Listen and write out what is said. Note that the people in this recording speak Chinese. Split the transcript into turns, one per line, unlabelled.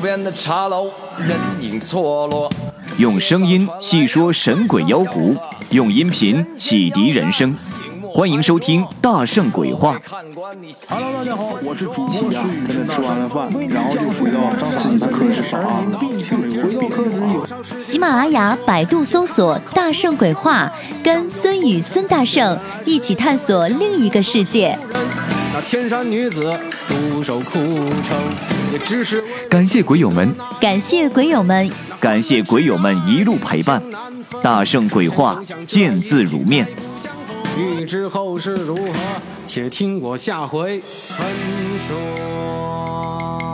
边的茶楼，人影错落。
用声音细说神鬼妖狐，用音频启迪人生。欢迎收听《大圣鬼话》。
Hello，大家好，我是主
起呀，跟着吃完了饭，然后就回到自己的课室啊。
喜马拉雅、百度搜索“大圣鬼话”，跟孙宇、孙大圣一起探索另一个世界。
那天山女子独守孤城，也只是
感谢鬼友们，
感谢鬼友们，
感谢鬼友们一路陪伴，《大圣鬼话》见字如面。
欲知后事如何，且听我下回分说。